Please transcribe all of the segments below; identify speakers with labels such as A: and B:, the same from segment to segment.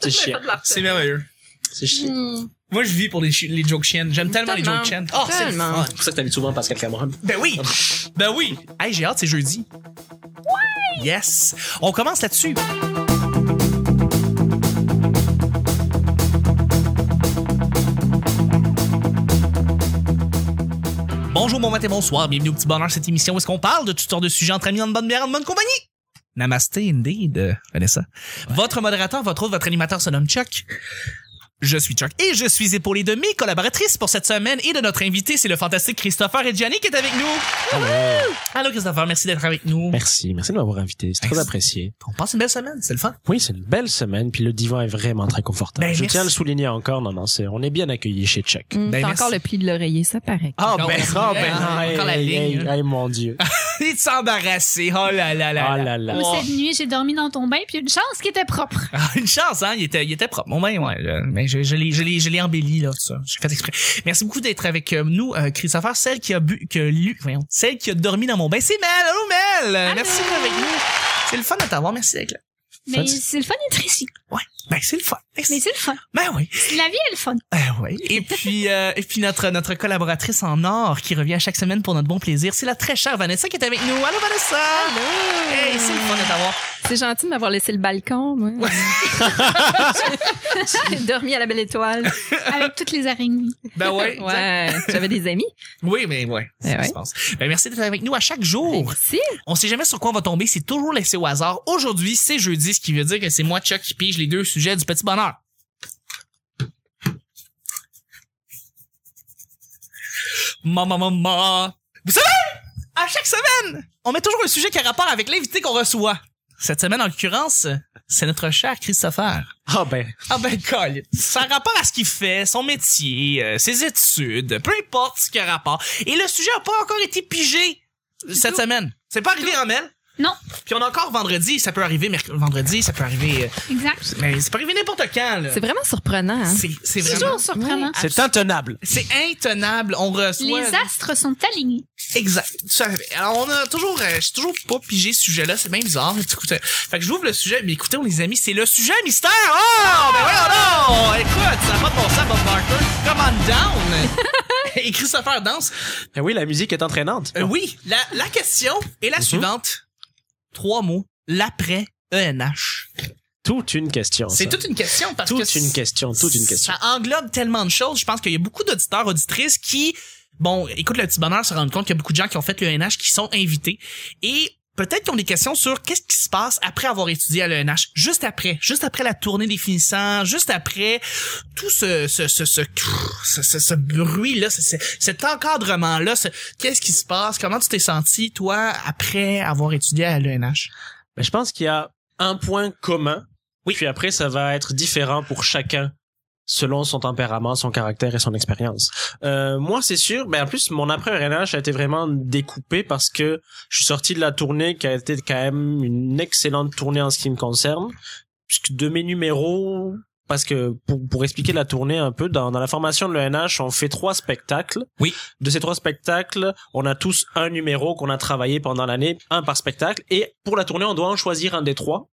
A: C'est chiant.
B: C'est merveilleux.
A: C'est chiant.
B: Moi, je vis pour les, chi- les jokes chiennes. J'aime tellement, les
C: Tellement.
B: jokes chiennes. Oh, c'est le
C: Tellement.
B: fun.
A: C'est pour ça que t'invites souvent Pascal Cameron.
B: Ben oui! Ben oui! Hey, j'ai hâte, c'est jeudi. Yes! On commence là-dessus. Bonjour, bon matin, bonsoir. Bienvenue au Petit Bonheur, cette émission où est-ce qu'on parle de toutes sortes de sujets entre amis, en bonne bière, en bonne compagnie. Namaste, indeed, euh, Vanessa. Votre modérateur, votre autre, votre animateur se nomme Chuck. Je suis Chuck et je suis épaulé de mes collaboratrices pour cette semaine et de notre invité, c'est le fantastique Christopher et Gianni qui est avec nous. Allô Christopher, merci d'être avec nous.
A: Merci, merci de m'avoir invité. C'est très
B: Merci.
A: apprécié.
B: On passe une belle semaine, c'est le fun.
A: Oui, c'est une belle semaine, puis le divan est vraiment très confortable.
B: Ben,
A: je
B: merci.
A: tiens à le souligner encore, non, non, c'est, on est bien accueillis chez Chuck.
C: Mm,
B: Ben,
C: T'as
B: merci.
C: encore le pli de l'oreiller, ça paraît.
B: Ah
A: Oh, oh, ben, non, hey,
B: hein, encore la
A: hey,
B: ligne.
A: hey, hey, mon dieu.
B: Il s'est embarrassé. Oh là là là.
A: Ah
B: là.
A: là là.
B: Oh.
D: Cette nuit, j'ai dormi dans ton bain, puis une chance qui était propre.
B: Ah, une chance, hein. Il était, il était propre. Bon ben, ouais. là. Mais je, je l'ai, je l'ai, je l'ai embelli là, tout ça. J'ai fait exprès. Merci beaucoup d'être avec euh, nous, euh, Christopher. Celle qui a bu, que lu, voyons, celle qui a dormi dans mon bain, c'est Mel. Allô Mel. Euh, Merci d'être avec nous. C'est le fun de t'avoir. Merci d'être là.
D: Mais c'est le fun d'être ici.
B: Ben c'est le fun. Merci.
D: Mais c'est le fun.
B: Ben oui.
D: La vie est le fun.
B: Euh, ouais. Et puis, euh, et puis notre, notre collaboratrice en or qui revient chaque semaine pour notre bon plaisir, c'est la très chère Vanessa qui est avec nous. Allô Vanessa! Hey, c'est le fun de t'avoir.
C: C'est gentil de m'avoir laissé le balcon, moi. J'ai dormi à la belle étoile.
D: Avec toutes les araignées.
B: Ben
C: Ouais, j'avais des amis.
B: Oui, mais ouais.
C: Eh
B: c'est ce qui
C: ouais.
B: se passe. Ben, merci d'être avec nous à chaque jour.
C: Merci.
B: On sait jamais sur quoi on va tomber, c'est toujours laissé au hasard. Aujourd'hui, c'est jeudi, ce qui veut dire que c'est moi, Chuck, qui pige les deux sujets du petit bonheur. Maman, maman. Vous savez, à chaque semaine, on met toujours un sujet qui a rapport avec l'invité qu'on reçoit. Cette semaine, en l'occurrence, c'est notre cher Christopher.
A: Ah ben,
B: Ah ben colle. Ça a rapport à ce qu'il fait, son métier, euh, ses études, peu importe ce qu'il a rapport. Et le sujet a pas encore été pigé cette semaine. C'est pas arrivé en mail.
D: Non.
B: Puis on a encore vendredi, ça peut arriver merc- vendredi, ça peut arriver euh,
D: Exact.
B: mais c'est pas arrivé n'importe quand là.
C: C'est vraiment surprenant, hein?
B: C'est c'est vraiment
D: Toujours surprenant.
A: c'est intenable.
B: c'est intenable, on reçoit
D: Les astres sont alignés.
B: Exact. Tout à fait. Alors, on a toujours, euh, j'ai toujours pas pigé ce sujet-là. C'est bien bizarre. Écoutez, fait que j'ouvre le sujet. Mais écoutez, les amis, c'est le sujet mystère. Oh, ben voilà, non! Écoute, ça n'a pas de bon sens, Bob Barker. Come on down. Et Christopher danse.
A: Eh oui, la musique est entraînante.
B: Euh, oui, la, la question est
A: Mhm.
B: la suivante. Trois mots. L'après ENH.
A: Toute une question.
B: C'est
A: ça.
B: toute une question parce que
A: toute une question, toute une question.
B: ça englobe tellement de choses. Je pense qu'il y a beaucoup d'auditeurs, auditrices qui, bon, écoute le petit bonheur, se rendent compte qu'il y a beaucoup de gens qui ont fait l'ENH qui sont invités et peut-être qu'ils ont des questions sur qu'est-ce qui se passe après avoir étudié à l'ENH, juste après, juste après la tournée des finissants, juste après tout ce, ce, ce, ce, ce, ce- ce bruit-là, ce- ce- cet encadrement-là, ce- qu'est-ce qui se passe, comment tu t'es senti, toi, après avoir étudié à l'ENH?
A: Mais Ben, je pense qu'il y a un point commun.
B: Oui.
A: Puis après, ça va être différent pour chacun selon son tempérament, son caractère et son expérience. Euh, moi, c'est sûr. Mais en plus, mon après RNH a été vraiment découpé parce que je suis sorti de la tournée qui a été quand même une excellente tournée en ce qui me concerne. Puisque de mes numéros, parce que pour, pour expliquer la tournée un peu, dans, dans la formation de l'ENH, on fait trois spectacles.
B: Oui.
A: De ces trois spectacles, on a tous un numéro qu'on a travaillé pendant l'année, un par spectacle. Et pour la tournée, on doit en choisir un des trois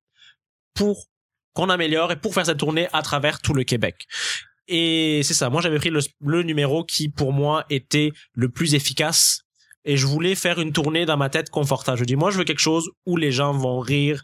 A: pour qu'on améliore et pour faire cette tournée à travers tout le Québec. Et c'est ça, moi j'avais pris le, le numéro qui pour moi était le plus efficace et je voulais faire une tournée dans ma tête confortable. Je dis moi je veux quelque chose où les gens vont rire,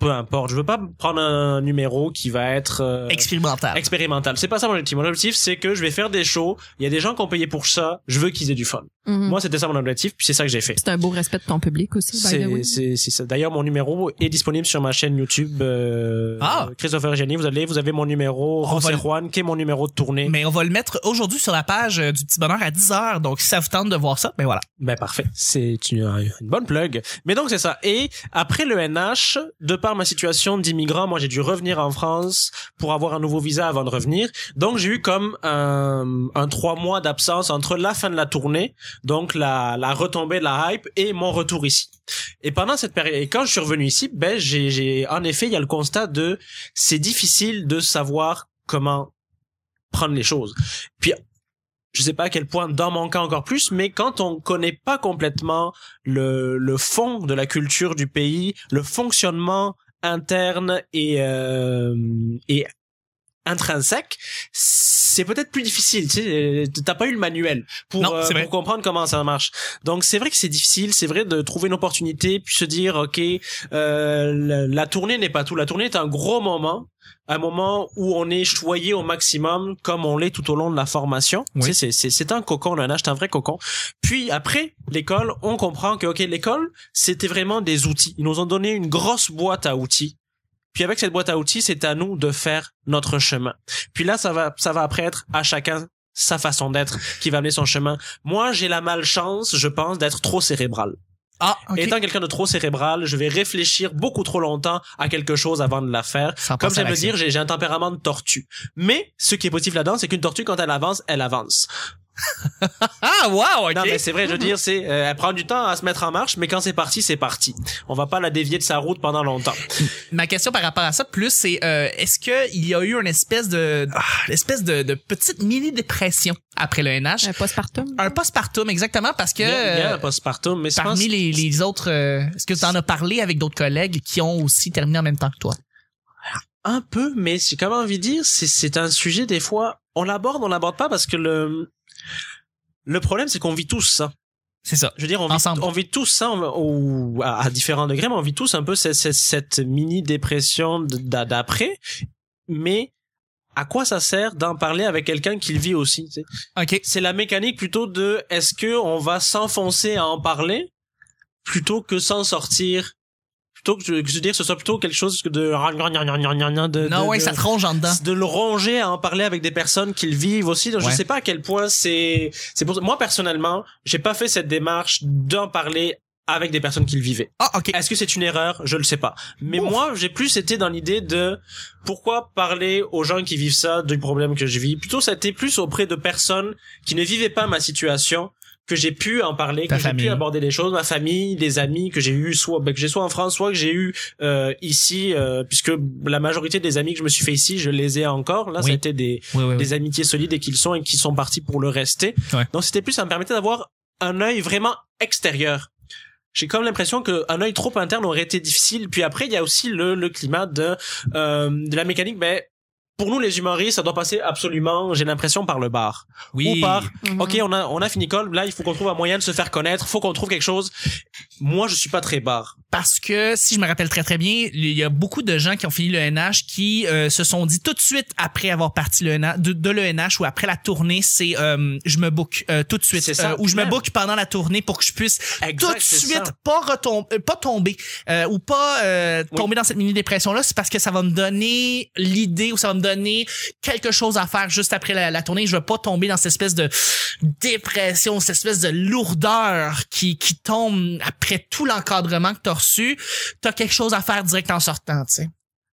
A: peu importe. Je veux pas prendre un numéro qui va être... euh,
B: Expérimental.
A: expérimental. C'est pas ça mon objectif. Mon objectif, c'est que je vais faire des shows. Il y a des gens qui ont payé pour ça. Je veux qu'ils aient du fun.
B: Mm.
C: Mhm.
A: Moi, c'était ça mon objectif, puis c'est ça que j'ai fait.
C: C'est un beau respect de ton public aussi, by the way.
A: C'est c'est- c'est ça. D'ailleurs, mon numéro est disponible sur ma chaîne YouTube. euh,
B: Ah.
A: Christopher Génie, vous allez, vous avez mon numéro.
B: On va
A: José
B: le-
A: Juan, qui est mon numéro de tournée.
B: Mais on va le mettre aujourd'hui sur la page euh, du Petit Bonheur à 10h. Donc, si ça vous tente de voir ça, ben voilà.
A: Ben parfait, c'est une, une bonne plug. Mais donc c'est ça. Et après le NH, de par ma situation d'immigrant, moi j'ai dû revenir en France pour avoir un nouveau visa avant de revenir. Donc j'ai eu comme un, un trois mois d'absence entre la fin de la tournée, donc la, la retombée de la hype et mon retour ici. Et pendant cette période, et quand je suis revenu ici, ben j'ai, j'ai en effet il y a le constat de c'est difficile de savoir comment prendre les choses. Puis je sais pas à quel point dans mon cas encore plus, mais quand on connaît pas complètement le, le fond de la culture du pays, le fonctionnement interne et, euh, et intrinsèque, c'est peut-être plus difficile. Tu sais, euh, t'as pas eu le manuel pour,
B: Non,
A: euh,
B: c'est vrai.
A: pour comprendre comment ça marche. Donc c'est vrai que c'est difficile. C'est vrai de trouver une opportunité puis se dire ok, euh, la, la tournée n'est pas tout. La tournée est un gros moment, un moment où on est choyé au maximum comme on l'est tout au long de la formation.
B: Oui.
A: Tu sais, c'est- c'est c'est un cocon, le NH, c'est un vrai cocon. Puis après l'école, on comprend que ok, l'école c'était vraiment des outils. Ils nous ont donné une grosse boîte à outils. Puis avec cette boîte à outils, c'est à nous de faire notre chemin. Puis là, ça va, ça va après être à chacun sa façon d'être qui va amener son chemin. Moi, j'ai la malchance, je pense, d'être trop cérébral.
B: Ah, ok.
A: Étant quelqu'un de trop cérébral, je vais réfléchir beaucoup trop longtemps à quelque chose avant de la faire.
B: Ça
A: Comme
B: passe à
A: j'aime le
B: l'action.
A: dire, j'ai j'ai un tempérament de tortue. Mais ce qui est positif là-dedans, c'est qu'une tortue, quand elle avance, elle avance.
B: Ah, wow, ok.
A: Non, mais c'est vrai, je veux dire, c'est, euh, elle prend du temps à se mettre en marche, mais quand c'est parti, c'est parti. On va pas la dévier de sa route pendant longtemps.
B: Ma question par rapport à ça, plus, c'est euh, est-ce que il y a eu une espèce de, ah, une espèce de, de petite mini dépression après le NH,
C: Un Euh, postpartum.
A: Ah,
B: un postpartum exactement parce que
A: Il y a, il y a un
B: euh,
A: postpartum, mais je pense-
B: parmi les, les autres, euh, est-ce que tu en as parlé avec d'autres collègues qui ont aussi terminé en même temps que toi
A: un peu, mais j'ai quand même envie de dire, c'est, c'est un sujet, des fois, on l'aborde, on l'aborde pas parce que le, le problème, c'est qu'on vit tous ça.
B: C'est ça.
A: Je veux dire, on vit,
B: Ensemble.
A: on vit tous ça, on- ou à, à différents degrés, mais on vit tous un peu cette, cette- cette mini dépression d- d'a- d'après. Mais à quoi ça sert d'en parler avec quelqu'un qui le vit aussi tu sais?
B: Ok.
A: C'est la mécanique plutôt de est-ce que on va s'enfoncer à en parler plutôt que s'en sortir. Plutôt que je, que je veux dire, ce soit plutôt quelque chose que de de,
B: non,
A: de-
B: ouais,
A: de-
B: ça te ronge en dedans.
A: de le ronger à en parler avec des personnes qui le vivent aussi. Donc,
B: Ouais.
A: je sais pas à quel point c'est, c'est pour moi personnellement, j'ai pas fait cette démarche d'en parler avec des personnes qui le vivaient.
B: Ah, ok.
A: Est-ce que c'est une erreur? Je le sais pas. Mais
B: Ouf.
A: moi, j'ai plus été dans l'idée de pourquoi parler aux gens qui vivent ça du problème que je vis. Plutôt, ça a été plus auprès de personnes qui ne vivaient pas ma situation que j'ai pu en parler,
B: Ta
A: que j'ai
B: famille.
A: pu aborder des choses, ma famille, des amis que j'ai eu soit ben, que j'ai soit en France, soit que j'ai eu euh, ici, euh, puisque la majorité des amis que je me suis fait ici, je les ai encore. Là,
B: Oui.
A: ça a été des,
B: Oui, oui, oui.
A: des amitiés solides et qu'ils sont et qui sont partis pour le rester.
B: Ouais.
A: Donc c'était plus ça me permettait d'avoir un œil vraiment extérieur. J'ai comme l'impression qu'un œil trop interne aurait été difficile. Puis après il y a aussi le, le climat de euh, de la mécanique, mais pour nous les humoristes, ça doit passer absolument, j'ai l'impression, par le bar.
B: Oui. Mm.
A: Ou par,
C: Mhm.
A: ok, on a, on a fini col, là, il faut qu'on trouve un moyen de se faire connaître, faut qu'on trouve quelque chose. Moi, je suis pas très bar.
B: parce que si je me rappelle très très bien, il y a beaucoup de gens qui ont fini le NH qui euh, se sont dit tout de suite après avoir parti le NH, de, de le NH ou après la tournée, c'est euh, je me book euh, tout de suite
A: C'est ça.
B: Euh, ou je me
A: Même.
B: book pendant la tournée pour que je puisse tout de
A: c'est
B: suite
A: ça.
B: pas retomber pas tomber euh, ou pas euh,
A: Oui.
B: tomber dans cette mini dépression là c'est parce que ça va me donner l'idée ou ça va me donner quelque chose à faire juste après la, la tournée je veux pas tomber dans cette espèce de dépression cette espèce de lourdeur qui qui tombe après tout l'encadrement que t'as reçu t'as quelque chose à faire direct en sortant tu sais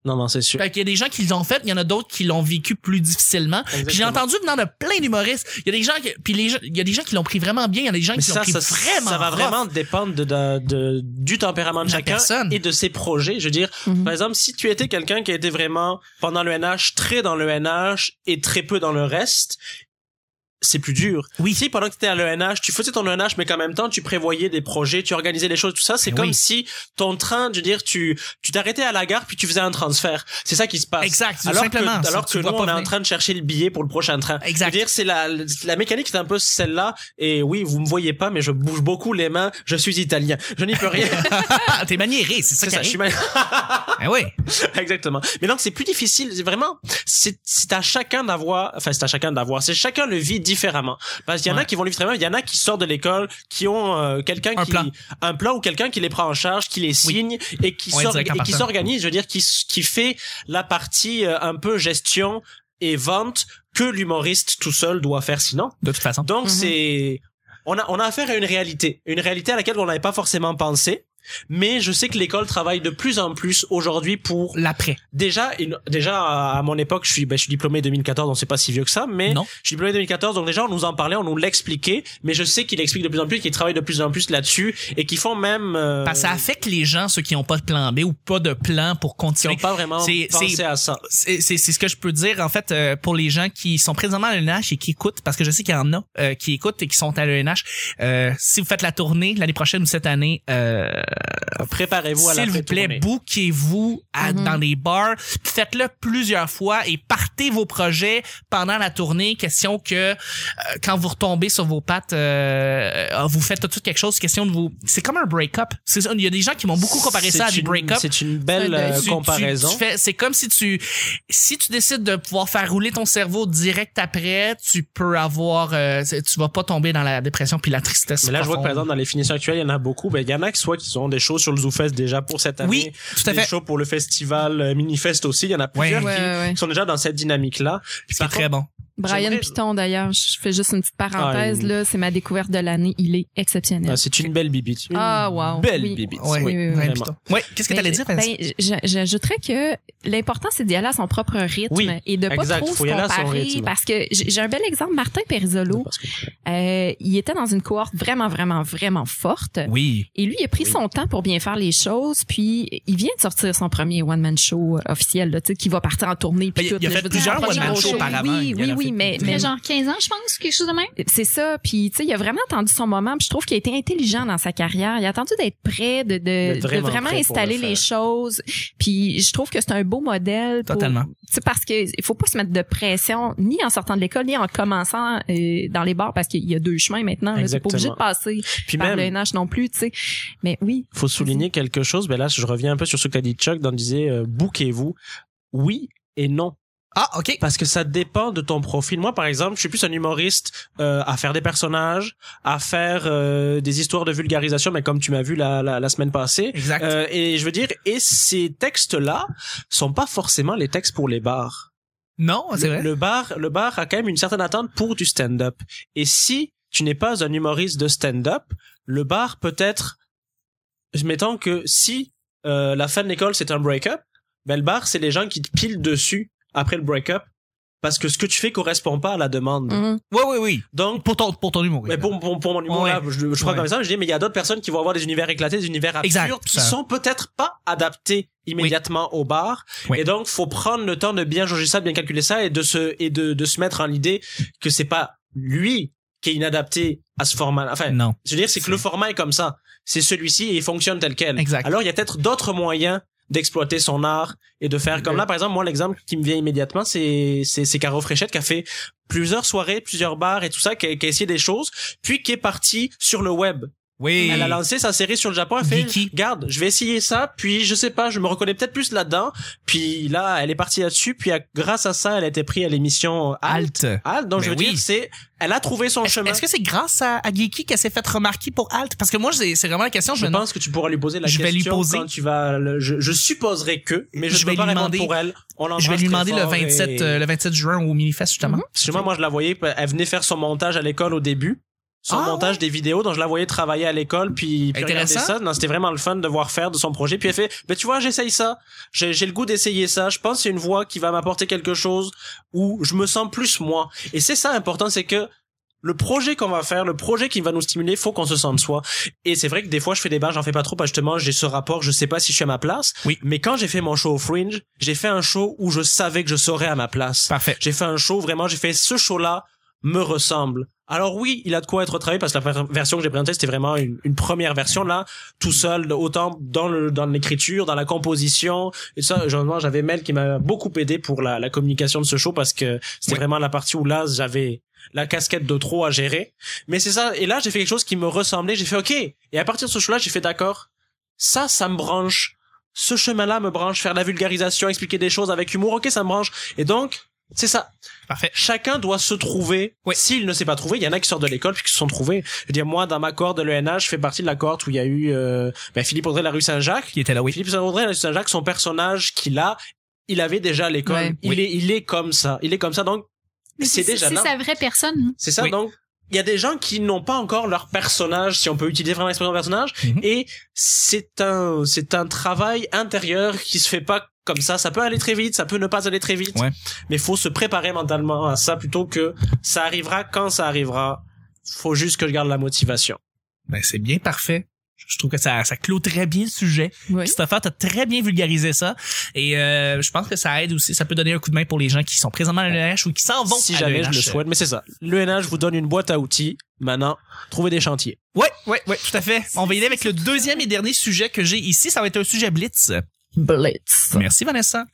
A: Non, non, c'est sûr.
B: fait qu'il y a des gens qui l'ont fait il y en a d'autres qui l'ont vécu plus difficilement Puis j'ai
A: Exactement.
B: entendu venant de plein d'humoristes il y a des gens qui, puis les gens- il y a des gens qui l'ont pris vraiment bien il y en a des gens
A: Mais
B: Hein, qui l'ont
A: ça,
B: pris
A: ça,
B: vraiment
A: ça va
B: rough.
A: vraiment dépendre de, de- de- du tempérament de
B: La
A: chacun
B: personne.
A: et de ses projets. Je veux dire,
C: Mhm.
A: par exemple, si tu étais quelqu'un qui a été vraiment pendant le NH, très dans le NH et très peu dans le reste, c'est plus dur.
B: Oui.
A: Si pendant que tu étais à l'ENH, tu faisais ton ENH, mais qu'en même temps, tu prévoyais des projets, tu organisais des choses, tout ça, c'est
B: Ben
A: comme
B: oui.
A: si ton train, je veux dire, tu, tu t'arrêtais à la gare puis tu faisais un transfert. C'est ça qui se passe.
B: Exact, tout
A: alors
B: simplement.
A: Que, alors
B: Tu
A: que
B: vois
A: nous,
B: pas
A: on est en
B: venir.
A: train de chercher le billet pour le prochain train.
B: Exact.
A: Je veux dire, c'est la, la mécanique est un peu celle-là. Et oui, vous me voyez pas, mais je bouge beaucoup les mains. Je suis italien. Je n'y peux rien.
B: Ah, t'es maniéré, c'est ça
A: c'est ça,
B: qui
A: je
B: arrive.
A: suis mal-
B: Ah oui.
A: Exactement. Mais donc c'est plus difficile, c'est vraiment c'est c'est à chacun d'avoir enfin c'est à chacun d'avoir, c'est chacun le vit différemment. Parce qu'il y en
B: Ouais.
A: a qui vont le vivre différemment, il y en a qui sortent de l'école, qui ont euh, quelqu'un
B: Un
A: qui
B: plan.
A: un plan ou quelqu'un qui les prend en charge, qui les
B: Oui.
A: signe et qui
B: Ouais,
A: s'or-
B: direct en
A: et qui
B: partant.
A: s'organise, je veux dire qui s- qui fait la partie euh, un peu gestion et vente que l'humoriste tout seul doit faire sinon.
B: De toute façon.
A: Donc
C: Mhm.
A: c'est on a on a affaire à une réalité, une réalité à laquelle on n'avait pas forcément pensé. Mais je sais que l'école travaille de plus en plus aujourd'hui pour
B: L'après.
A: Déjà, une- déjà à à mon époque, je suis, ben, je suis diplômé 2014, donc c'est pas si vieux que ça, mais
B: Non.
A: je suis diplômé 2014, donc déjà on nous en parlait, on nous l'expliquait, mais je sais qu'il explique de plus en plus, qu'il travaille de plus en plus là-dessus et qu'ils font même. euh,
B: Parce que ça affecte les gens, ceux qui n'ont pas de plan B ou pas de plan pour
A: qui n'ont
B: continuer.
A: pas vraiment
B: C'est- c'est-
A: pensé à ça.
B: C'est c'est- c'est ce que je peux dire, en fait, euh, pour les gens qui sont présentement à l'ENH et qui écoutent, parce que je sais qu'il y en a euh, qui écoutent et qui sont à l'ENH. Euh, si vous faites la tournée l'année prochaine ou cette année, euh,
A: Préparez-vous à la
B: S'il vous plaît, bouquez-vous à-
C: Mhm.
B: dans les bars, faites-le plusieurs fois et partez vos projets pendant la tournée. Question que euh, quand vous retombez sur vos pattes, euh, euh, vous faites tout de suite quelque chose. Question de vous, c'est comme un break-up. C'est ça, Il y a des gens qui m'ont beaucoup comparé ça à
A: C'est
B: du
A: une-
B: break-up.
A: C'est une belle
C: Un deuil.
A: euh,
B: Tu- tu-
A: comparaison.
B: tu fais- c'est comme si tu, si tu décides de pouvoir faire rouler ton cerveau direct après, tu peux avoir, euh, c'est- tu vas pas tomber dans la dépression puis la tristesse.
A: Mais là, je vois que par
B: profonde.
A: exemple, dans les finitions actuelles, il y en a beaucoup. Ben, il y en a qui soit qui ont des shows sur le ZooFest déjà pour cette année.
B: oui, tout à
A: des
B: fait.
A: shows pour le festival euh, Minifest aussi. Il y en a plusieurs
C: Ouais,
A: qui,
C: ouais.
A: qui sont déjà dans cette dynamique-là. Puis
B: C'est
A: par
B: très bon.
C: Brian
A: J'aimerais-
C: Piton, d'ailleurs, je fais juste une petite parenthèse,
A: Ah, il-
C: là. C'est ma découverte de l'année. Il est exceptionnel.
A: Ah, c'est une belle bibite. Une
C: Ah, wow.
A: Belle
C: Oui.
A: bibite.
B: Ouais,
C: oui, oui,
B: ouais,
A: vraiment.
B: plutôt. Ouais, qu'est-ce que
C: Mais
B: t'allais
C: je-
B: dire,
C: ben,
B: Vanessa?
C: je- J'ajouterais que l'important, c'est d'y aller à son propre rythme
A: Oui,
C: et de pas
A: exact.
C: trop
A: Faut
C: se
A: y aller à son
C: comparer.
A: rythme.
C: Parce que j'ai j'ai un bel exemple, Martin Perisolo,
A: Parce que-
C: euh, il était dans une cohorte vraiment, vraiment, vraiment forte.
B: Oui.
C: Et lui, il a pris
A: Oui.
C: son temps pour bien faire les choses, puis il vient de sortir son premier one-man show euh, officiel, là, tu sais, qui va partir en tournée. puis
B: Ben, il a-
C: tout,
B: il a
C: là,
B: fait
C: je veux
B: plusieurs
C: dire, un
D: one-man
C: gros
D: shows
C: show.
B: auparavant,
C: Oui,
B: il en
C: oui,
B: a fait
C: oui, mais,
B: plein.
D: Il y
C: mais
D: a genre 15 ans, je pense, quelque chose de même.
C: c'est ça. Puis, tu sais, il a vraiment attendu son moment. Puis, je trouve qu'il a été intelligent dans sa carrière. Il a attendu d'être prêt, de, de,
A: est
C: de
A: vraiment
C: vraiment,
A: prêt pour
C: installer
A: le
C: les
A: faire.
C: choses. Puis, je trouve que c'est un beau modèle. pour-
B: Totalement.
C: Tu sais, parce que il faut pas se mettre de pression, ni en sortant de l'école, ni en commençant euh, dans les bars, parce qu'il y a deux chemins maintenant. là. C'est pas
A: Exactement.
C: obligé de passer
A: Puis
C: par le
A: même,
C: NH non plus, tu sais. Mais oui.
A: faut souligner quelque chose. Ben là, je reviens un peu sur ce qu'a dit Chuck dans disait euh, bouquez-vous. Oui et non.
B: Ah, OK.
A: Parce que ça dépend de ton profil. Moi, par exemple, je suis plus un humoriste euh, à faire des personnages, à faire euh, des histoires de vulgarisation, mais comme tu m'as vu la, la, la semaine passée.
B: Exact.
A: Euh, et je veux dire, et ces textes-là sont pas forcément les textes pour les bars.
B: non, Ah, c'est
A: le,
B: vrai.
A: le bar, le bar a quand même une certaine attente pour du stand-up. Et si tu n'es pas un humoriste de stand-up, le bar peut être, mettons que si euh, la fin de l'école c'est un break-up, ben le bar c'est les gens qui te pilent dessus après le break-up parce que ce que tu fais correspond pas à la demande.
C: Mhm.
B: Oui, oui, oui.
A: Donc
B: Pour ton, pour ton humour. oui.
A: mais pour, pour, pour mon humour,
B: Ouais.
A: là, je, je prends
B: Ouais.
A: comme ça, je dis, mais il y a d'autres personnes qui vont avoir des univers éclatés, des univers absurdes,
B: Exact,
A: qui
B: ça.
A: sont peut-être pas adaptés immédiatement au bar.
B: Oui.
A: Et donc, faut prendre le temps de bien jauger ça, de bien calculer ça, et de se, et de, de se mettre en l'idée que c'est pas lui qui est inadapté à ce format. Enfin,
B: Non.
A: je veux dire, c'est que le format est comme ça. C'est celui-ci et il fonctionne tel quel.
B: Exact.
A: Alors, il y a peut-être d'autres moyens d'exploiter son art et de faire comme là par exemple moi l'exemple qui me vient immédiatement c'est c'est c'est Caro Fréchette qui a fait plusieurs soirées plusieurs bars et tout ça qui a, qui a essayé des choses puis qui est partie sur le web
B: Oui.
A: elle a lancé sa série sur le Japon elle fait
B: Geeky.
A: garde je vais essayer ça puis je sais pas je me reconnais peut-être plus là-dedans puis là elle est partie là-dessus puis à- grâce à ça elle a été prise à l'émission Alt
B: Alt.
A: Alt donc
B: Mais
A: je veux
B: Ben oui.
A: dire c'est elle a trouvé son
B: Est-ce
A: chemin
B: est-ce que c'est grâce à, à Geeky qu'elle s'est fait remarquer pour Alt? Parce que moi, c'est c'est vraiment la question. Je,
A: Je
B: me demande.
A: pense que tu pourras lui poser la
B: Je
A: question
B: vais lui poser.
A: quand tu vas. le- je, je supposerai que, mais je,
B: Je
A: ne
B: vais
A: peux pas
B: lui
A: répondre
B: demander-
A: pour elle. On l'embrasse
B: Je vais lui
A: très
B: demander le
A: fort
B: 27,
A: et-
B: euh, le 27 juin au Minifest, justement.
A: Parce que moi, moi, je la voyais. Elle venait faire son montage à l'école au début. Son
B: Ah,
A: montage des vidéos, donc je la voyais travailler à l'école, puis, puis regarder
B: Intéressant.
A: ça. Non, c'était vraiment le fun de voir faire de son projet. Puis elle fait, ben tu vois, j'essaye ça. J'ai j'ai le goût d'essayer ça. Je pense que c'est une voie qui va m'apporter quelque chose où je me sens plus moi. Et c'est ça l'important, c'est que le projet qu'on va faire, le projet qui va nous stimuler, faut qu'on se sente soi. Et c'est vrai que des fois, je fais des bars, j'en fais pas trop, parce que justement, j'ai ce rapport, je sais pas si je suis à ma place.
B: Oui.
A: Mais quand j'ai fait mon show au Fringe, j'ai fait un show où je savais que je serais à ma place.
B: Parfait.
A: J'ai fait un show, vraiment, j'ai fait ce show-là me ressemble. Alors oui, il a de quoi être travaillé parce que la première version que j'ai présentée, c'était vraiment une, une première version là, tout seul, autant dans le dans l'écriture, dans la composition et ça. Genre, j'avais Mel qui m'a beaucoup aidé pour la, la communication de ce show parce que c'était
B: Oui.
A: vraiment la partie où là j'avais la casquette de trop à gérer. Mais c'est ça. Et là, j'ai fait quelque chose qui me ressemblait. J'ai fait OK. Et à partir de ce show-là, j'ai fait d'accord. Ça, ça me branche. Ce chemin-là me branche. Faire de la vulgarisation, expliquer des choses avec humour. OK, ça me branche. Et donc, c'est ça
B: Parfait.
A: chacun doit se trouver.
B: Oui.
A: S'il ne s'est pas trouvé, il y en a qui sortent de l'école puis qui se sont trouvés. Je veux dire, moi, dans ma cohorte de l'ENH, je fais partie de la cohorte où il y a eu euh, ben, Philippe Audrey de la rue Saint-Jacques.
B: Qui était là, oui.
A: Philippe Audrey de la rue Saint-Jacques, son personnage qu'il a, il avait déjà à l'école.
C: Ouais.
A: Il,
B: Oui.
A: est, il est comme ça. Il est comme ça, donc
D: Mais
A: c'est déjà
D: C'est
A: là.
D: sa vraie personne.
A: C'est ça,
B: Oui.
A: donc il y a des gens qui n'ont pas encore leur personnage, si on peut utiliser vraiment l'expression personnage,
B: Mhm.
A: et c'est un c'est un travail intérieur qui se fait pas comme ça. Ça peut aller très vite, ça peut ne pas aller très vite,
B: Ouais.
A: mais faut se préparer mentalement à ça plutôt que ça arrivera quand ça arrivera. Faut juste que je garde la motivation.
B: Ben, c'est bien parfait. Je trouve que ça, ça clôt très bien le sujet.
C: Oui.
B: Christopher, t'as très bien vulgarisé ça. Et euh, je pense que ça aide aussi. Ça peut donner un coup de main pour les gens qui sont présentement à l'ENH ou qui s'en vont
A: si
B: à
A: jamais je
B: l'ENH.
A: le souhaite, mais c'est ça. L'ENH vous donne une boîte à outils. Maintenant, trouver des chantiers.
B: Ouais, ouais, ouais, tout à fait. On va y aller avec le deuxième et dernier sujet que j'ai ici. Ça va être un sujet blitz.
C: Blitz.
B: Merci Vanessa.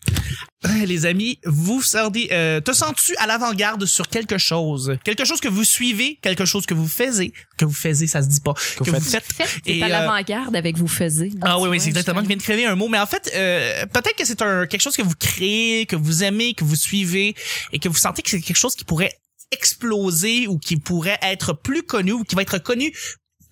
B: Euh, Les amis, vous sentez, euh, te sens-tu à l'avant-garde sur quelque chose, quelque chose que vous suivez, quelque chose que vous faisiez, que vous faisiez, ça se dit pas, que,
A: faites.
B: vous faites.
D: Faites.
C: T'es
B: Et,
C: à
B: euh,
C: l'avant-garde avec vous faisiez.
B: Ah oui, oui,
D: Ouais,
B: c'est exactement.
D: je
B: Je viens de créer un mot, mais en fait, euh, peut-être que c'est un quelque chose que vous créez, que vous aimez, que vous suivez, et que vous sentez que c'est quelque chose qui pourrait exploser ou qui pourrait être plus connu ou qui va être connu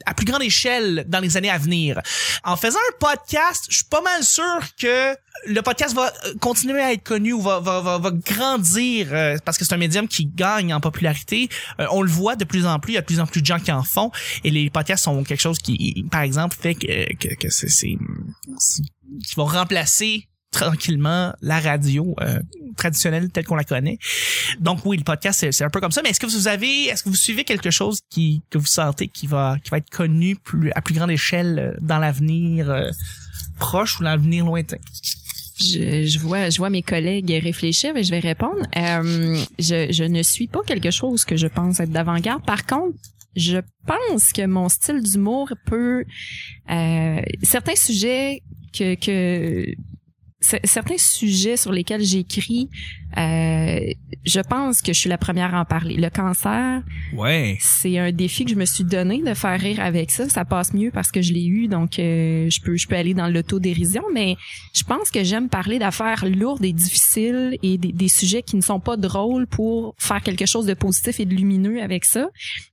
B: à plus grande échelle dans les années à venir. En faisant un podcast, je suis pas mal sûr que le podcast va euh, continuer à être connu ou va, va, va, va grandir euh, parce que c'est un médium qui gagne en popularité. Euh, on le voit de plus en plus, il y a de plus en plus de gens qui en font et les podcasts sont quelque chose qui, par exemple, fait que, que, que c'est, c'est, c'est- qui vont remplacer tranquillement la radio euh, traditionnelle telle qu'on la connaît. Donc oui, le podcast c'est, c'est un peu comme ça. Mais est-ce que vous avez, est-ce que vous suivez quelque chose qui que vous sentez qui va qui va être connu plus à plus grande échelle euh, dans l'avenir euh, proche ou l'avenir lointain
C: Je, je vois, je vois mes collègues réfléchir et je vais répondre. Euh, je, je ne suis pas quelque chose que je pense être d'avant-garde. Par contre, je pense que mon style d'humour peut euh, certains sujets que que cer- certains sujets sur lesquels j'écris, euh, je pense que je suis la première à en parler. Le cancer,
B: Ouais.
C: c'est un défi que je me suis donné de faire rire avec ça. Ça passe mieux parce que je l'ai eu, donc euh, je peux je peux aller dans l'autodérision, mais je pense que j'aime parler d'affaires lourdes et difficiles et des, des sujets qui ne sont pas drôles pour faire quelque chose de positif et de lumineux avec ça.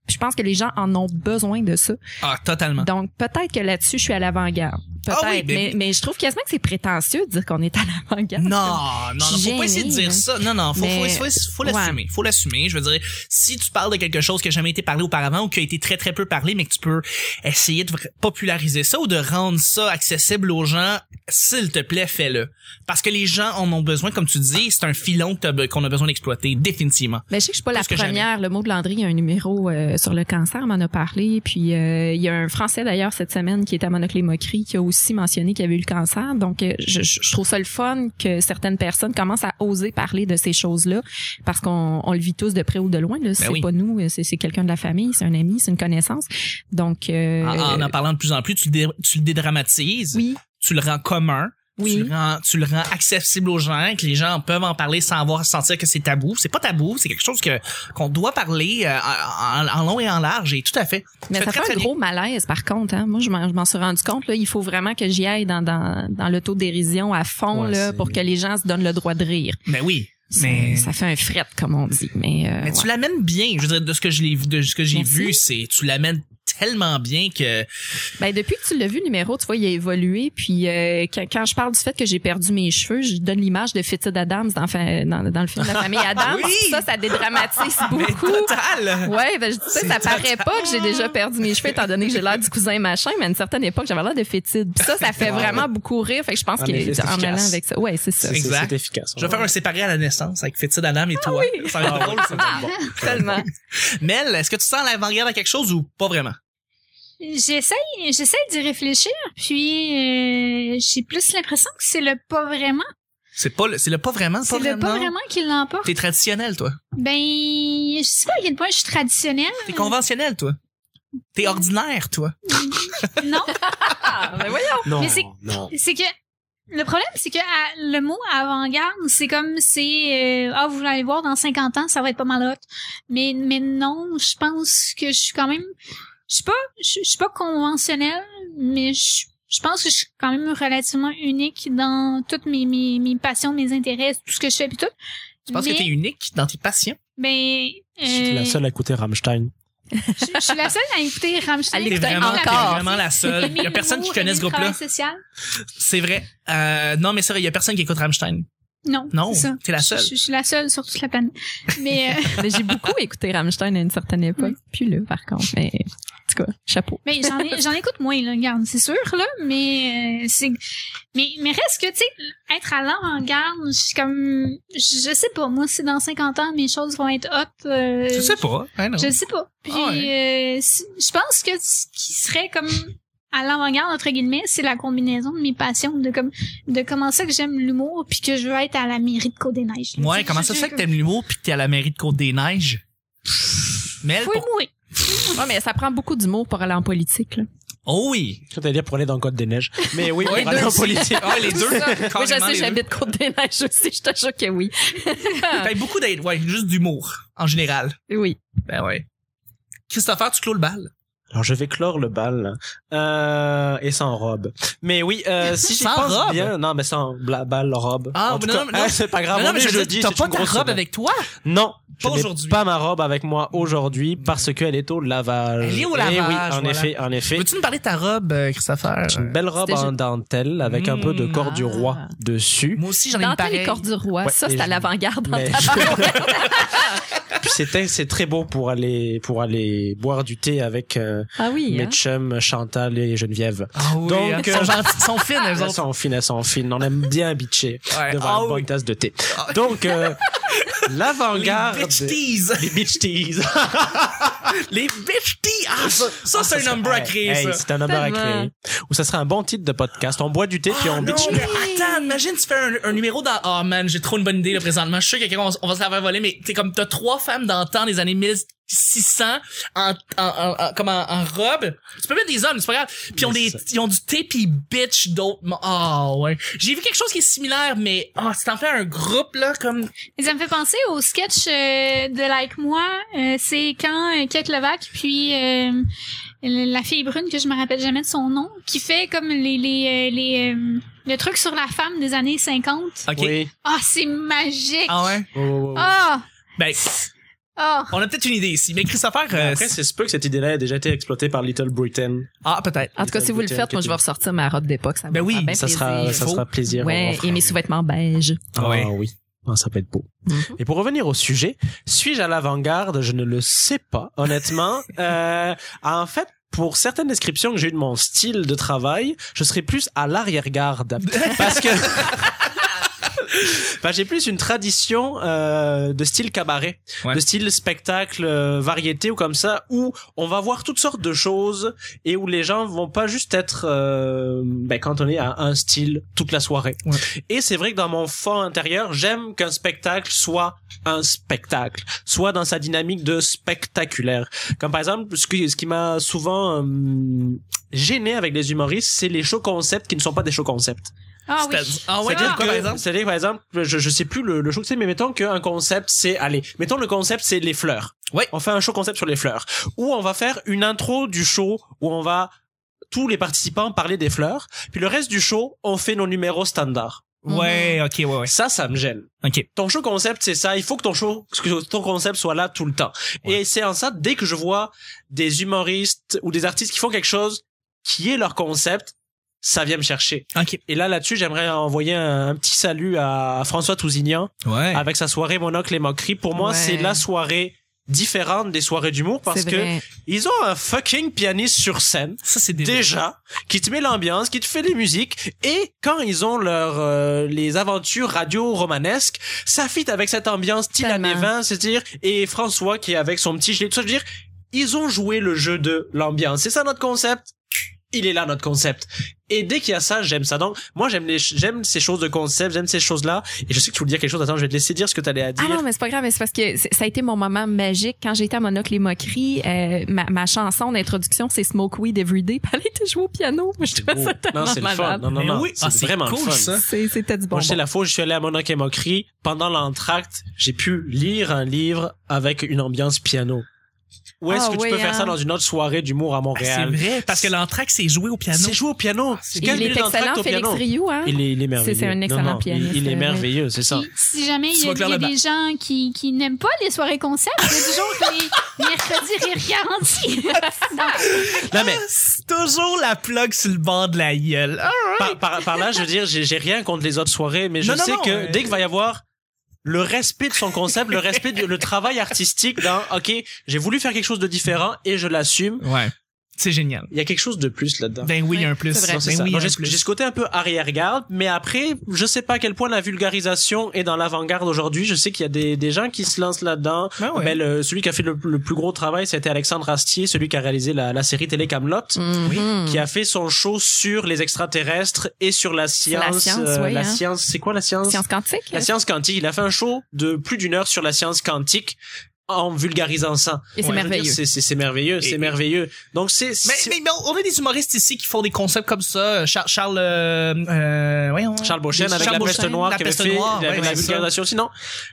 C: Je pense que les gens en ont besoin de ça.
B: Ah totalement.
C: Donc peut-être que là-dessus, je suis à l'avant-garde. Peut-être,
B: Ah oui, mais-
C: mais, mais je trouve quasiment que c'est prétentieux de dire qu'on est à l'avant-garde.
B: Non, non, non,
C: Je
B: faut
C: suis
B: pas essayer de
C: gênée,
B: dire
C: hein.
B: ça. Non, non, faut,
C: Mais-
B: faut, faut, faut l'assumer. Faut l'assumer. Je veux dire, si tu parles de quelque chose qui a jamais été parlé auparavant ou qui a été très très peu parlé, mais que tu peux essayer de vra- populariser ça ou de rendre ça accessible aux gens, s'il te plaît, fais-le. Parce que les gens en ont besoin, comme tu dis, c'est un filon que t'as be- qu'on a besoin d'exploiter, définitivement.
C: Mais je sais que je suis pas
B: Plus que
C: la première. Le mot de Landry, il y a un numéro euh, sur le cancer, m'en a parlé. Puis euh, il y a un Français d'ailleurs cette semaine qui est à Monocle et Moquerie qui a aussi mentionné qu'il avait eu le cancer. Donc euh, je, je je trouve ça le fun que certaines personnes commencent à oser parler de ces choses-là parce qu'on on le vit tous de près ou de loin. Là. c'est
B: Ben oui.
C: pas nous, euh, c'est, c'est quelqu'un de la famille, c'est un ami, c'est une connaissance. Donc euh,
B: En, en en parlant de plus en plus, tu le, dé- tu le dédramatises,
C: oui,
B: tu le rends commun.
C: oui.
B: Tu le, rends, tu le rends accessible aux gens, que les gens peuvent en parler sans avoir à sentir que c'est tabou. C'est pas tabou, c'est quelque chose que qu'on doit parler euh, en, en long et en large et tout à fait.
C: Mais
B: Tu fais
C: ça
B: très,
C: fait un
B: très bien.
C: gros malaise, par contre. Hein. Moi, je m'en, je m'en suis rendu compte. Là. Il faut vraiment que j'y aille dans, dans, dans l'autodérision à fond
A: Ouais,
C: là,
A: c'est-
C: pour que les gens se donnent le droit de rire.
B: Mais oui,
C: Ça-
B: mais
C: Ça fait un fret, comme on dit. Mais, euh,
B: mais tu
C: ouais.
B: l'amènes bien. Je veux dire de ce que je l'ai de ce que j'ai
C: Merci.
B: vu, c'est tu l'amènes tellement bien que
C: Ben, depuis que tu l'as vu, le numéro, tu vois, il a évolué. Puis euh, quand, quand je parle du fait que j'ai perdu mes cheveux, je donne l'image de Fetid Adams dans, fa- dans, dans le film de la famille Adams.
B: Oui!
C: Ça, ça dédramatise
B: mais
C: beaucoup.
B: total.
C: Ouais, ben, je dis ça, ça paraît pas que j'ai déjà perdu mes cheveux, étant donné que j'ai l'air du cousin machin, mais à une certaine époque, j'avais l'air de fétide. Puis ça, ça
A: Ouais.
C: fait vraiment beaucoup rire. Fait que je pense
A: En
C: qu'il
A: effet,
C: est
A: c'est
C: en allant
A: efficace.
C: avec ça. Ouais, c'est ça.
A: C'est- c'est-
B: Exact.
A: C'est efficace.
B: Je vais faire un séparé à la naissance avec Fétide Adam
C: Ah
B: et toi. Ça va être drôle, ça va être bon.
C: Tellement.
B: Mel, est-ce que tu sens l'avant-garde à quelque chose ou pas vraiment?
D: J'essaye, j'essaye d'y réfléchir, puis euh, j'ai plus l'impression que c'est le pas vraiment.
B: C'est pas le, c'est le pas vraiment, pas
D: C'est le pas vraiment qui l'emporte.
B: T'es traditionnel, toi.
D: Ben, je sais pas à quel point je suis traditionnelle,
B: T'es conventionnel, toi. T'es ordinaire, toi.
D: non?
C: Ah, ben voyons.
A: Non,
D: Mais c'est-
A: non.
D: c'est que le problème, c'est que à- le mot avant-garde, c'est comme c'est euh, ah vous allez voir dans 50 ans, ça va être pas mal hot. Mais mais non, je pense que je suis quand même, je suis pas, je, je suis pas conventionnelle, mais je, je pense que je suis quand même relativement unique dans toutes mes mes, mes passions, mes intérêts, tout ce que je fais puis tout.
B: Tu penses que t'es unique dans tes passions?
D: ben,
A: Je suis la
D: euh,
A: seule à écouter Rammstein.
D: je, je suis la seule à écouter Rammstein.
C: À
B: T'es
C: l'écouter
B: vraiment, t'es
C: encore.
B: vraiment la seule. Il y a personne qui connaît ce groupe-là.
D: social?
B: C'est vrai. Euh, non, mais c'est vrai, il y a personne qui écoute Rammstein.
D: Non.
B: Non,
D: c'est ça.
B: t'es la seule.
D: Je, je suis la seule sur toute la planète. Mais euh,
C: Mais j'ai beaucoup écouté Rammstein à une certaine époque. Puis là, par contre. Mais, en tout cas, chapeau.
D: Mais j'en ai- j'en écoute moins là, garde, c'est sûr là, mais euh, c'est mais mais reste que tu sais être à l'avant-garde, je suis comme je je sais pas moi si dans 50 ans mes choses vont être hot. euh,
B: Je sais pas. hein, non.
D: Je sais pas. Puis
B: Ah
D: euh, si- je pense que ce qui serait comme à l'avant-garde entre guillemets, c'est la combinaison de mes passions de comme de comment ça que j'aime l'humour puis que je veux être à la mairie de Côte-des-Neiges.
B: Ouais, comment ça se fait que t'aimes l'humour pis que t'es à la mairie de Côte-des-Neiges? Mel,
D: Faut
B: pour-
D: mourir.
C: Ouais, mais ça prend beaucoup d'humour pour aller en politique. Là.
B: Oh oui.
A: C'est-à-dire pour aller dans le Code des Neiges. Mais oui, pour
B: Oui,
A: aller
C: deux
A: en
C: aussi.
A: politique.
B: Ah, les deux.
C: Oui, je
B: carrément,
C: sais,
B: les deux.
C: j'habite Côte-des-Neiges aussi, je te jure que oui.
B: Fait beaucoup d'aide, ouais, juste d'humour, en général.
C: Oui.
B: Ben ouais. Christopher, tu clôt le bal.
A: Alors je vais clore le bal euh, et sans robe. Mais oui, euh, si j'y
B: Sans
A: pense
B: robe?
A: bien, non mais sans bla- balle robe.
B: Ah,
A: en tout
B: non,
A: cas,
B: non, non.
A: c'est pas grave.
B: non,
A: on
B: mais
A: est
B: je veux
A: jeudi,
B: dire, t'as
A: c'est
B: pas
A: une
B: ta robe
A: grosse semaine.
B: avec toi?
A: Non, je
B: Pas
A: n'ai
B: aujourd'hui.
A: pas ma robe avec moi aujourd'hui parce qu'elle est au lavage.
B: Elle est au
A: Eh oui,
B: lavage,
A: en
B: voilà.
A: effet, en effet.
B: Veux-tu nous parler de ta robe, euh, Christopher?
A: J'ai une belle robe
C: C'était
A: en
C: juste-
A: dentelle avec un peu de
B: Mm,
A: corps du roi
C: ah.
A: dessus.
B: Moi aussi, j'en ai
C: Dans
B: une pareille.
C: les corps du roi,
A: Ouais,
C: ça,
A: et
C: c'est à
A: je-
C: l'avant-garde.
A: Mais- Puis c'était c'est très beau pour aller pour aller boire du thé avec euh,
C: Ah oui,
A: mes
C: hein?
A: chums Chantal et Geneviève.
B: Ah oui,
A: Donc,
B: hein, ils
A: euh,
B: sont gentils, ils sont fines, elles
A: Elles
B: autres.
A: sont fines, elles sont fines. On aime bien bitcher
B: Ouais.
A: devant
B: Ah
A: une bonne
B: oui.
A: tasse de thé.
B: Ah.
A: Donc euh,
B: Les
A: l'avant-garde
B: bitch teas.
A: les bitch teas.
B: Les bitch teas. Ah, ça, ça,
A: Ah,
B: c'est
A: ça
B: un nombre à
A: serait-
B: créer,
A: Hey,
B: ça.
A: c'est un number à
C: Tellement.
A: créer. Ou ça serait un bon titre de podcast. On boit du thé puis
B: Ah,
A: on
B: non,
A: bitch.
B: mais attends, imagine tu fais un, un numéro dans... Oh man, j'ai trop une bonne idée là présentement. Je suis sûr que quelqu'un on, on va se la faire voler, mais t'es comme t'as trois femmes dans le temps des années 1600 en, en, en- en- comme en, en robe. Tu peux mettre des hommes, c'est pas grave. Puis ils ont
A: Mais
B: des
A: ça-
B: ils ont du thé puis ils bitch d'autres. Oh ouais. J'ai vu quelque chose qui est similaire, mais oh, si t'en fais un groupe là comme.
D: Et ça me fait penser au sketch euh, de Like Moi. Euh, c'est quand euh, Kate Levac, puis euh, le- la fille brune, que je me rappelle jamais de son nom, qui fait comme les... les, euh, les euh, le truc sur la femme des années 50.
B: Ok.
A: Oui.
D: Ah, c'est magique!
B: Ah ouais.
A: Oh, oh, oh.
D: Ah!
B: Ben
D: Ah!
B: on a peut-être une idée ici, mais Christopher. euh,
A: Ben, Après,
B: c'est-
A: c'est se peut que cette idée-là ait déjà été exploitée par Little Britain.
B: ah peut-être.
C: En tout cas, si vous le faites, moi, je vais ressortir ma robe d'époque. Ça me
B: Ben oui,
C: fera bien
A: Ça
C: plaisir.
A: sera, ça
B: Faux.
A: sera plaisir. On en
C: Ouais,
A: fera.
C: et mes sous-vêtements beige.
A: Ah
B: Ouais.
A: oui. Ah, ça peut être beau.
C: Mhm.
A: Et pour revenir au sujet, suis-je à l'avant-garde Je ne le sais pas, honnêtement. Euh, en fait, pour certaines descriptions que j'ai eues de mon style de travail, je serais plus à l'arrière-garde. Parce que... Ben, j'ai plus une tradition euh, de style cabaret,
B: Ouais.
A: de style spectacle, euh, variété ou comme ça, où on va voir toutes sortes de choses et où les gens vont pas juste être euh, ben, cantonnés à un style toute la soirée.
B: Ouais.
A: Et c'est vrai que dans mon fond intérieur, j'aime qu'un spectacle soit un spectacle, soit dans sa dynamique de spectaculaire. Comme par exemple, ce, qui- ce qui m'a souvent euh, gêné avec les humoristes, c'est les shows concepts qui ne sont pas des shows concepts.
D: Ah oui!
B: C'est-à-dire- Ah ouais.
A: C'est-à-dire
B: quoi,
A: que-
B: par exemple?
A: c'est-à-dire, par exemple, je, je sais plus le, le show que c'est, mais mettons qu'un concept, c'est, allez, mettons le concept, c'est les fleurs.
B: Ouais.
A: On fait un show concept sur les fleurs. Ou on va faire une intro du show où on va tous les participants parler des fleurs. Puis le reste du show, on fait nos numéros standards.
B: Ouais.
A: Mhm.
B: Ok. Ouais. Ouais.
A: Ça, ça me gêne.
B: Ok.
A: Ton show concept, c'est ça. Il faut que ton show, que ton concept soit là tout le temps. Et c'est en ça, dès que je vois des humoristes ou des artistes qui font quelque chose qui est leur concept, ça vient me chercher.
B: Ok.
A: Et là, là-dessus, j'aimerais envoyer un, un petit salut à François Tousignan
B: Ouais.
A: avec sa soirée Monocle et Moquerie. Pour moi,
C: Ouais.
A: c'est la soirée différente des soirées d'humour parce
C: C'est
A: que
C: vrai.
A: ils ont un fucking pianiste sur scène
B: Ça c'est des.
A: déjà qui te met l'ambiance, qui te fait les musiques et quand ils ont leur euh, les aventures radio romanesques, ça fit avec cette ambiance style
C: Tellement.
A: années 20, c'est-à-dire et François qui est avec son petit gilet tout ça, je veux dire ils ont joué le jeu de l'ambiance. C'est ça notre concept. Il est là notre concept. Et dès qu'il y a ça, j'aime ça. Donc moi j'aime les j'aime ces choses de concept, j'aime ces choses-là et je sais que tu voulais dire quelque chose. Attends, je vais te laisser dire ce que tu allais à dire.
C: Ah non, mais c'est pas grave, mais c'est parce que c'est- ça a été mon moment magique. Quand j'étais à Monocle et Moquerie, euh, ma, ma chanson d'introduction, c'est Smoke Weed Everyday. Puis Elle était jouée au piano. Je
A: C'est
C: trouvais
A: beau.
C: ça
A: non,
C: tellement
A: c'est le fun.
C: malade.
A: Non, non,
B: Mais
A: non.
B: oui.
A: C'est
B: Ah, c'est
A: vraiment le
B: cool,
A: fun.
B: ça.
C: C'est- C'était du bon.
A: Moi, j'étais la fois où je suis allé à Monac et Moquerie. Pendant l'entracte, j'ai pu lire un livre avec une ambiance piano. Où est-ce
C: Ah
A: que
C: oui,
A: tu peux faire
C: hein. Ah,
A: ça dans une autre soirée d'humour à
B: Ah, c'est
A: Montréal?
B: vrai. Parce que l'entracte c'est joué au piano.
A: c'est joué au piano.
B: c'est-
A: Quelle
C: Il est
A: minute d'entracte
C: excellent,
A: au
C: Félix
A: piano?
C: Rioux. Hein?
A: Il est, il est merveilleux.
C: c'est un
A: Non,
C: excellent
A: non, il-
C: pianiste,
A: Il, est
C: euh,
A: merveilleux, c'est ça.
D: Puis, si jamais il y
B: Tu vas
D: a,
B: clair
D: il y a
B: là-bas.
D: des gens qui, qui n'aiment pas les soirées concepts, il y a toujours les mercredis rire garantis.
A: Non, mais
B: Ah, C'est toujours la plug sur le bord de la gueule. Ah,
A: par, par- par là, je veux dire, j'ai j'ai rien contre les autres soirées, mais je
B: Non, non,
A: sais
B: non,
A: que
B: euh,
A: dès qu'il va y avoir le respect de son concept, le respect du le travail artistique dans, OK, j'ai voulu faire quelque chose de différent et je l'assume.
B: Ouais. C'est génial.
A: Il y a quelque chose de plus là-dedans.
B: Ben oui, il y a un plus.
C: c'est vrai.
A: Non, c'est
B: Ben
A: ça.
B: oui, il y
A: Non,
B: a
A: J'ai
B: un
A: ce-
B: plus.
A: j'ai ce côté un peu arrière-garde, mais après, je sais pas à quel point la vulgarisation est dans l'avant-garde aujourd'hui. Je sais qu'il y a des, des gens qui se lancent là-dedans.
B: Ben ouais.
A: Ben, le- celui qui a fait le, le plus gros travail, c'était Alexandre Astier, celui qui a réalisé la, la série télé Camelot,
C: Mhm.
A: qui a fait son show sur les extraterrestres et sur la science. euh,
C: science, oui,
A: la
C: hein.
A: science, c'est quoi la science
C: Science quantique?
A: La science quantique. Il a fait un show de plus d'une heure sur la science quantique. en vulgarisant ça.
C: Et c'est
B: Ouais.
C: merveilleux.
A: C'est c'est- c'est merveilleux,
B: Et-
A: c'est merveilleux. Donc c'est
B: Mais,
A: c'est-
B: Ben, mais, mais on a des humoristes ici qui font des concepts comme ça. Char- Charles, euh, euh, voyons.
A: Charles Beauchesne avec
B: Charles
A: la peste
B: Beauchesne,
A: noire
B: la
A: qui avait
B: peste
A: fait
B: noire,
A: il avait
B: ouais,
A: la
B: c'est ça.
A: vulgarisation. Sinon,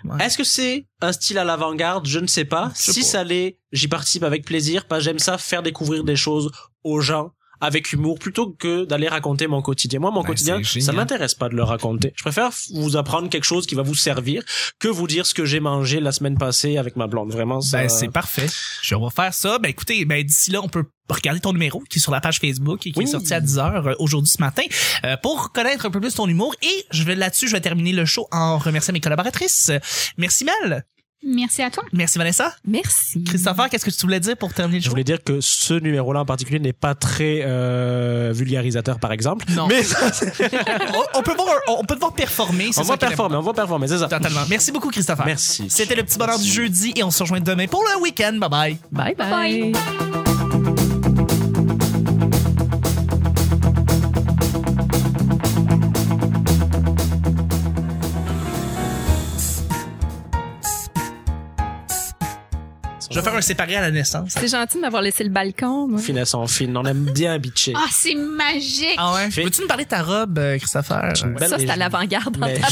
B: Ouais.
A: est-ce que c'est un style à l'avant-garde Je ne sais pas.
B: Je sais
A: si
B: pas.
A: ça l'est, j'y participe avec plaisir parce que j'aime ça faire découvrir des choses aux gens avec humour plutôt que d'aller raconter mon quotidien. Moi, mon
E: Ben,
A: quotidien,
E: c'est
A: ça
E: génial.
A: m'intéresse pas de le raconter. Je préfère vous apprendre quelque chose qui va vous servir que vous dire ce que j'ai mangé la semaine passée avec ma blonde. Vraiment, ça... euh,
B: Ben, c'est parfait. Je vais faire ça. Ben, écoutez, ben, d'ici là, on peut regarder ton numéro qui est sur la page Facebook et qui
A: Oui.
B: est sorti à 10 heures euh, aujourd'hui ce matin euh, pour connaître un peu plus ton humour. Et je vais là-dessus, je vais terminer le show en remerciant mes collaboratrices. Merci Mel.
D: Merci à toi.
B: Merci Vanessa.
C: Merci.
B: Christopher, qu'est-ce que tu voulais dire pour terminer le
A: Je
B: show?
A: voulais dire que ce numéro-là en particulier n'est pas très euh, vulgarisateur, par exemple.
B: Non.
A: Mais ça,
B: on, on peut voir, un- on peut te voir performer. c'est
A: on
B: ça
A: va
B: qui est
A: performer, on va performer, c'est ça.
B: important. Totalement. Merci beaucoup Christopher.
A: Merci.
B: C'était le petit bonheur du jeudi et on se rejoint demain pour le week-end. Bye bye.
C: Bye bye.
D: Bye.
B: Je vais faire un séparé à la naissance.
C: C'est gentil de m'avoir laissé le balcon. Moi.
A: Finesse en fine, on aime bien bitcher.
D: Mmh. Ah, c'est magique.
B: Ah ouais?
A: Fait-
B: Veux-tu nous parler de ta robe, euh, Christopher?
A: Une belle
C: Ça, c'est à
A: légende.
C: l'avant-garde. en
A: Mais,
D: Ah,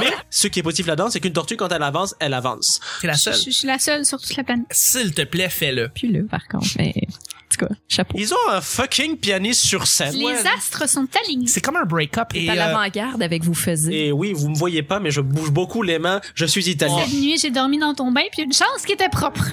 A: mais ce qui est positif là-dedans, c'est qu'une tortue, quand elle avance, elle avance.
B: C'est la
D: Je,
B: seule.
D: je suis la seule sur toute la planète.
B: S'il te plaît, fais-le.
C: Plus là, par contre. Mais, en tout cas, chapeau.
A: Ils ont un fucking pianiste sur scène.
D: Les astres sont alignés.
B: C'est comme un break-up.
C: C'est
B: Et,
C: à
B: euh,
C: l'avant-garde avec vous faisiez.
A: Et oui, vous me voyez pas, mais je bouge beaucoup les mains. Je suis italien.
D: Cette nuit, j'ai dormi dans ton bain, puis une chance qui était propre.